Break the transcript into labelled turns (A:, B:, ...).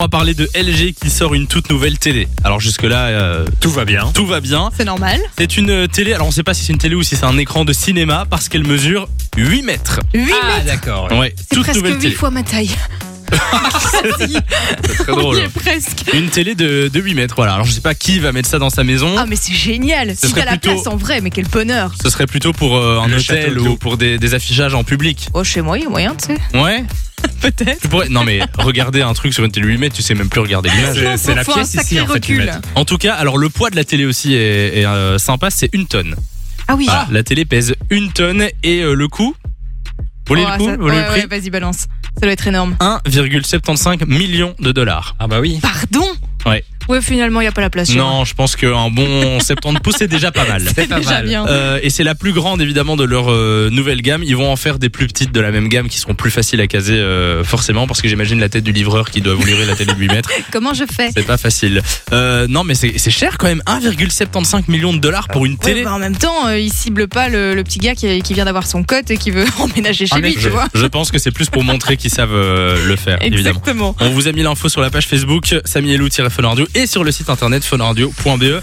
A: On va parler de LG qui sort une toute nouvelle télé. Alors jusque-là, euh,
B: Tout va bien.
A: tout va bien.
C: C'est normal.
A: C'est une euh, télé, alors on sait pas si c'est une télé ou si c'est un écran de cinéma parce qu'elle mesure 8 mètres.
C: 8
B: Ah d'accord.
A: Ouais,
C: C'est
A: toute
C: presque
A: nouvelle
C: 8
A: télé.
C: fois ma taille.
A: C'est très
C: On
A: drôle.
C: y est presque.
A: Une télé de, de 8 mètres, voilà. Alors je sais pas qui va mettre ça dans sa maison.
C: Ah, mais c'est génial.
A: Ce
C: Si
A: Oh. serait
C: t'as la
A: plutôt-
C: place en vrai, mais quel bonheur.
A: Ce serait plutôt pour euh, un
B: Le château
A: hôtel
B: de l'eau.
A: ou pour des, des affichages en public.
C: Oh, chez moi, il y a moyen, tu sais.
A: Ouais
C: Peut-être.
A: Tu pourrais. Non mais regarder un truc sur une télé 8 mètres, tu sais même plus regarder l'image.
B: C'est- c'est la
C: faut un
B: pièce ici,
C: sacré
B: en fait,
C: recul.
B: ils mettent.
A: En tout cas, alors le poids de la télé aussi est, est, euh, sympa, c'est une tonne.
C: ah oui.
A: Voilà, La télé pèse une tonne et euh, le coût Vous voulez
C: Oh,
A: le coût
C: ça-
A: Vous voulez
C: ouais,
A: le prix
C: ouais, Vas-y, balance. Ça doit être énorme.
A: 1,75 millions de dollars.
B: Ah bah oui.
C: Pardon
A: Ouais.
C: Ouais, finalement, il n'y a pas la place. chez moi.
A: Non, je pense qu'un bon 70 pouces, c'est déjà pas mal.
B: C'est pas
C: Déjà
B: mal.
C: bien.
A: Euh, et c'est la plus grande évidemment de leur euh, nouvelle gamme. Ils vont en faire des plus petites de la même gamme qui seront plus faciles à caser euh, forcément parce que j'imagine la tête du livreur qui doit vous livrer la télé de 8 mètres.
C: Comment je fais
A: C'est pas facile. Euh, non mais c'est c'est cher quand même. 1,75 millions de dollars pour une
C: Ouais,
A: télé.
C: bah, en même temps, euh, il cible pas le, le petit gars qui, qui vient d'avoir son cote et qui veut emménager chez
B: Ah, mais
C: lui,
A: je,
C: tu vois.
A: je pense que c'est plus pour montrer qu'ils savent euh, le faire évidemment.
C: Exactement.
A: On vous a mis l'info sur la page Facebook Samielou-Fonradio et sur le site internet fonradio.be.